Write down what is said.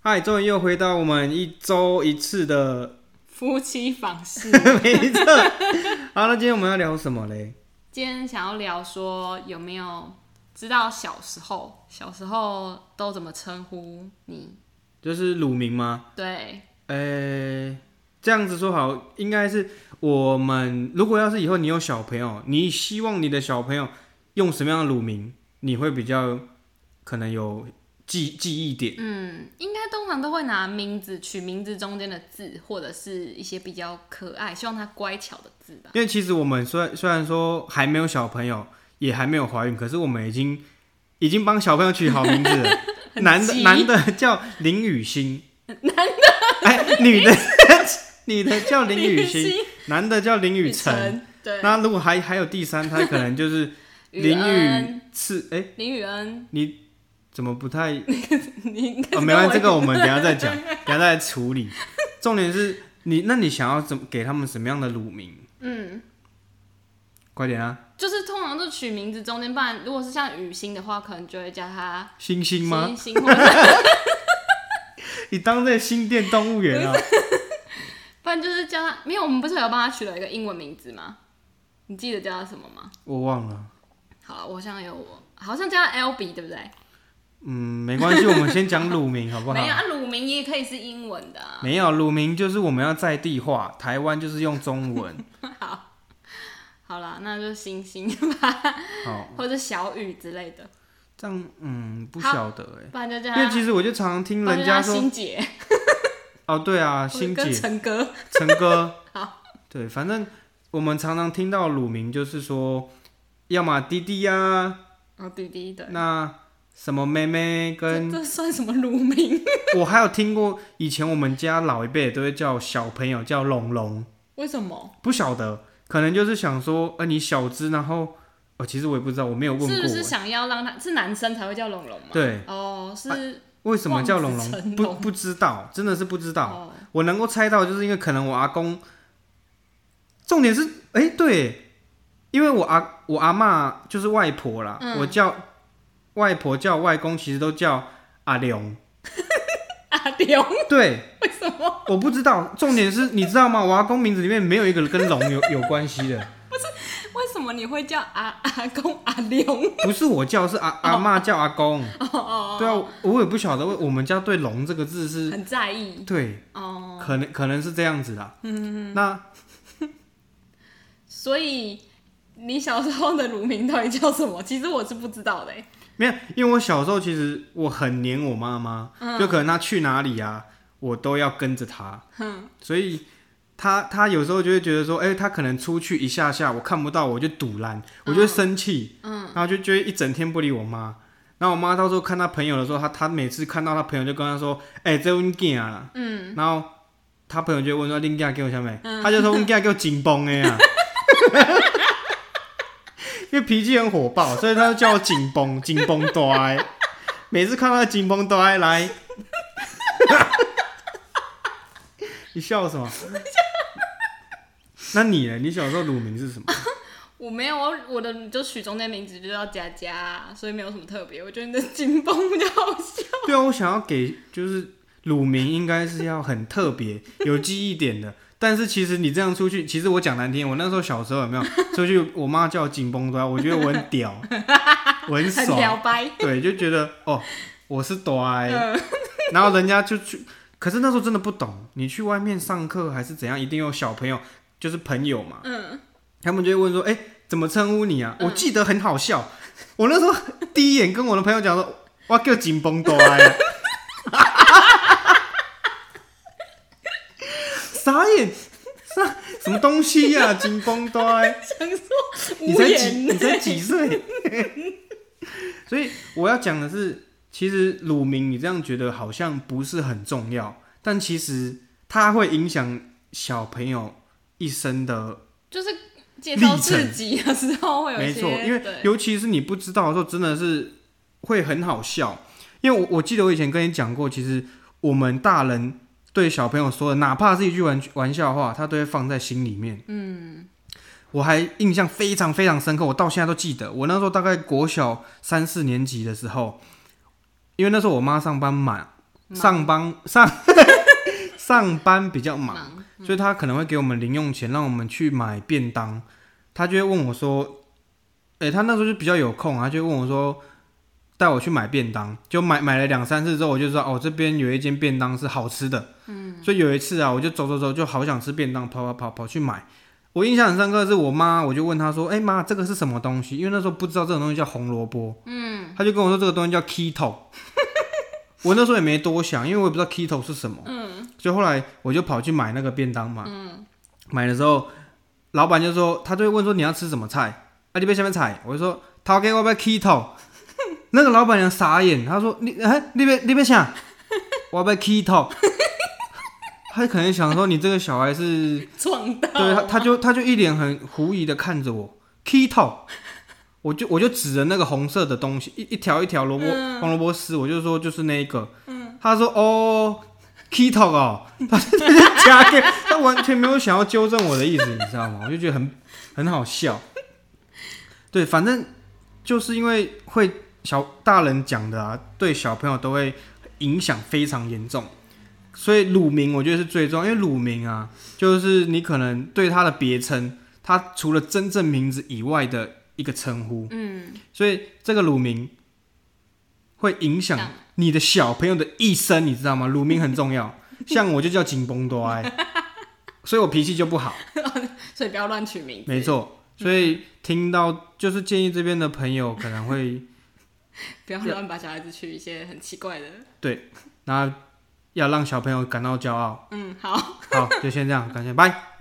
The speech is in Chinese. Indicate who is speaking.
Speaker 1: 嗨，终于又回到我们一周一次的
Speaker 2: 夫妻访视。
Speaker 1: 没错。好，那今天我们要聊什么嘞？
Speaker 2: 今天想要聊说有没有知道小时候，小时候都怎么称呼你？
Speaker 1: 就是乳名吗？
Speaker 2: 对，
Speaker 1: 呃、这样子说好，应该是我们如果要是以后你有小朋友，你希望你的小朋友用什么样的乳名，你会比较可能有记记忆点？
Speaker 2: 嗯，应该通常都会拿名字取名字中间的字，或者是一些比较可爱、希望他乖巧的字吧。
Speaker 1: 因为其实我们虽然虽然说还没有小朋友，也还没有怀孕，可是我们已经已经帮小朋友取好名字了。
Speaker 2: 很
Speaker 1: 男的
Speaker 2: 急
Speaker 1: 男的叫林雨 欣，男 的哎，女的女的叫林雨欣，
Speaker 2: 欣、
Speaker 1: 男的叫林雨晨。
Speaker 2: 晨，对，
Speaker 1: 那如果还还有第三胎，可能就是 林
Speaker 2: 恩，
Speaker 1: 雨次，哎、
Speaker 2: 林雨恩，
Speaker 1: 你怎么不太？
Speaker 2: 你应该
Speaker 1: 哦，
Speaker 2: 是
Speaker 1: 没关系，这
Speaker 2: 跟我
Speaker 1: 个我们等一下再讲，等一下再来处理。重点是你，那你想要怎么给他们什么样的乳名？
Speaker 2: 嗯，
Speaker 1: 快点啊，
Speaker 2: 就是通常都取名字中间，不然如果是像雨欣的话，可能就会叫他
Speaker 1: 星星吗？
Speaker 2: 星星或者
Speaker 1: 你当这个新店动物园啊？
Speaker 2: 不然就是叫他没有，我们不是有帮他取了一个英文名字吗？你记得叫他什么吗？
Speaker 1: 我忘了，
Speaker 2: 好，我像有我，好像叫他 L B 对不对？
Speaker 1: 嗯，没关系，我们先讲乳 名好不好
Speaker 2: 没？有啊，乳名也可以是英文的啊、
Speaker 1: 没有乳名就是我们要在地化，台湾就是用中 文。
Speaker 2: 好啦，那就星星吧，
Speaker 1: 好，
Speaker 2: 或者小雨之类的，
Speaker 1: 这样嗯不
Speaker 2: 好
Speaker 1: 晓得哎、
Speaker 2: 不然就叫
Speaker 1: 因为
Speaker 2: 他，
Speaker 1: 其实我就常常听
Speaker 2: 不然
Speaker 1: 人
Speaker 2: 就叫
Speaker 1: 家
Speaker 2: 他
Speaker 1: 说，
Speaker 2: 星姐，
Speaker 1: 哦对啊，
Speaker 2: 或者
Speaker 1: 欣姐
Speaker 2: 跟陈哥，
Speaker 1: 陈哥， 对，反正我们常常听到乳名就是说，要么弟弟呀、
Speaker 2: 哦，弟弟的，
Speaker 1: 那什么妹妹
Speaker 2: 这
Speaker 1: 跟，
Speaker 2: 这算什么乳名？
Speaker 1: 我还有听过以前我们家老一辈都会叫小朋友叫龙龙，
Speaker 2: 为什么？
Speaker 1: 不晓得，可能就是想说，呃，你小只，然后，哦，其实我也不知道，我没有问过，哎
Speaker 2: 是不是想要让他是男生才会叫龙龙吗？，
Speaker 1: 对，
Speaker 2: 哦，是
Speaker 1: 为什么叫龙
Speaker 2: 望子
Speaker 1: 龙？
Speaker 2: 成
Speaker 1: 不
Speaker 2: 龙
Speaker 1: 不知道，真的是不知道。
Speaker 2: 哦，
Speaker 1: 我能够猜到，就是因为可能我阿公，重点是，哎、对，因为我阿我阿妈就是外婆啦，
Speaker 2: 嗯
Speaker 1: 我叫外婆叫外公，其实都叫阿良。
Speaker 2: 阿丢，
Speaker 1: 对，
Speaker 2: 为什么？
Speaker 1: 我不知道，重点是，你知道吗？我阿公名字里面没有一个跟龙有有关系的，
Speaker 2: 为什么你会叫阿阿公阿龙？
Speaker 1: 不是我叫，是阿阿妈叫阿公。
Speaker 2: 哦哦，
Speaker 1: 对啊，我也不晓得为我们家对“龙”这个字是，
Speaker 2: 很在意
Speaker 1: 对，
Speaker 2: 哦。
Speaker 1: 可能可能是这样子啦。嗯，那
Speaker 2: 所以你小时候的乳名到底叫什么？ 其实我是不知道的欸。
Speaker 1: 没有，因为我小时候其实我很黏我妈妈，就可能她去哪里啊，我都要跟着她，所以她她有时候就会觉得说，哎、她可能出去一下下，我看不到，我就堵拦，我就会生气，嗯，然后就就会一整天不理我妈。然后我妈到时候看她朋友的时候，她她每次看到她朋友就跟她说，哎、这温囝啊，嗯，然后她朋友就会问说，恁囝叫我啥物？她就说阮囝叫紧绷的 啊。 因为脾气很火爆，所以他就叫我紧绷紧绷呆。每次看到紧绷呆来， 你笑什么？那你呢？你小时候乳名是什么？
Speaker 2: 我没有，我我的就取中间名字就叫佳佳，所以没有什么特别。我觉得你的紧绷比较好笑。
Speaker 1: 对啊，我想要给就是乳名应该是要很特别、有记忆点的。但是其实你这样出去，其实我讲难听，我那时候小时候有没有出去？我妈叫我紧绷呆，我觉得我很屌，我很
Speaker 2: 很
Speaker 1: 爽，
Speaker 2: 聊白，
Speaker 1: 对，就觉得哦，我是呆， 然后人家就去，可是那时候真的不懂，你去外面上课还是怎样，一定有小朋友，就是朋友嘛，嗯，他们就会问说，哎、怎么称呼你啊？我记得很好笑，我那时候第一眼跟我的朋友讲说，我叫紧绷呆。啊 傻眼，啥什么东西呀、紧绷呆。
Speaker 2: 想说
Speaker 1: 你
Speaker 2: 无
Speaker 1: 才几
Speaker 2: 言
Speaker 1: 你才几岁？ 所以我要讲的是，其实乳名你这样觉得好像不是很重要，但其实它会影响小朋友一生的。
Speaker 2: 就是介绍
Speaker 1: 历程
Speaker 2: 自己啊的时候会有一
Speaker 1: 没
Speaker 2: 些
Speaker 1: 错，因为
Speaker 2: 对
Speaker 1: 尤其是你不知道的时候，真的是会很好笑。因为我我记得我以前跟你讲过，其实我们大人对小朋友说的，哪怕是一句玩玩笑话，他都会放在心里面。嗯，我还印象非常非常深刻，我到现在都记得。我那时候大概国小三四年级的时候，因为那时候我妈上班嘛，上班上 上班比较忙，
Speaker 2: 忙，嗯
Speaker 1: 所以他可能会给我们零用钱，让我们去买便当。他就会问我说：“诶、他那时候就比较有空啊，他就会问我说，带我去买便当。就买买了两三次之后，我就知道哦，这边有一间便当是好吃的。嗯，所以有一次啊，我就走走走，就好想吃便当，跑跑跑跑去买。我印象很深刻的是我妈，我就问她说：“诶、妈，这个是什么东西？”因为那时候不知道这种东西叫红萝卜。嗯，她就跟我说这个东西叫 keto。我那时候也没多想，因为我也不知道 keto 是什么。嗯，所以后来我就跑去买那个便当嘛。嗯，买的时候，老板就说，他就会问说你要吃什么菜？啊，你被下面菜，我就说他给我要 keto。那 个老板娘傻眼，她说你哎、你别你别想，我要 keto。他可能想说你这个小孩是。
Speaker 2: 撞到，
Speaker 1: 对他，他就他就一脸很狐疑的看着我，keto，我就我就指着那个红色的东西，一一条一条萝卜、红萝卜丝，我就说就是那一个，他说哦，keto 哦，他就加个，他完全没有想要纠正我的意思，你知道吗？我就觉得很很好笑，对，反正就是因为会小大人讲的啊，对小朋友都会影响非常严重。所以乳名我觉得是最重要，因为乳名啊，就是你可能对他的别称，他除了真正名字以外的一个称呼，
Speaker 2: 嗯，
Speaker 1: 所以这个乳名会影响
Speaker 2: 像
Speaker 1: 你的小朋友的一生，你知道吗？乳名很重要， 像我就叫紧绷多埃，所以我脾气就不好，
Speaker 2: 所以不要乱取名字，
Speaker 1: 没，错。所以听到就是建议这边的朋友可能会
Speaker 2: 不要乱把小孩子取一些很奇怪的，
Speaker 1: 对，那要让小朋友感到骄傲。
Speaker 2: 嗯，好。
Speaker 1: 好，就先这样，感谢，拜。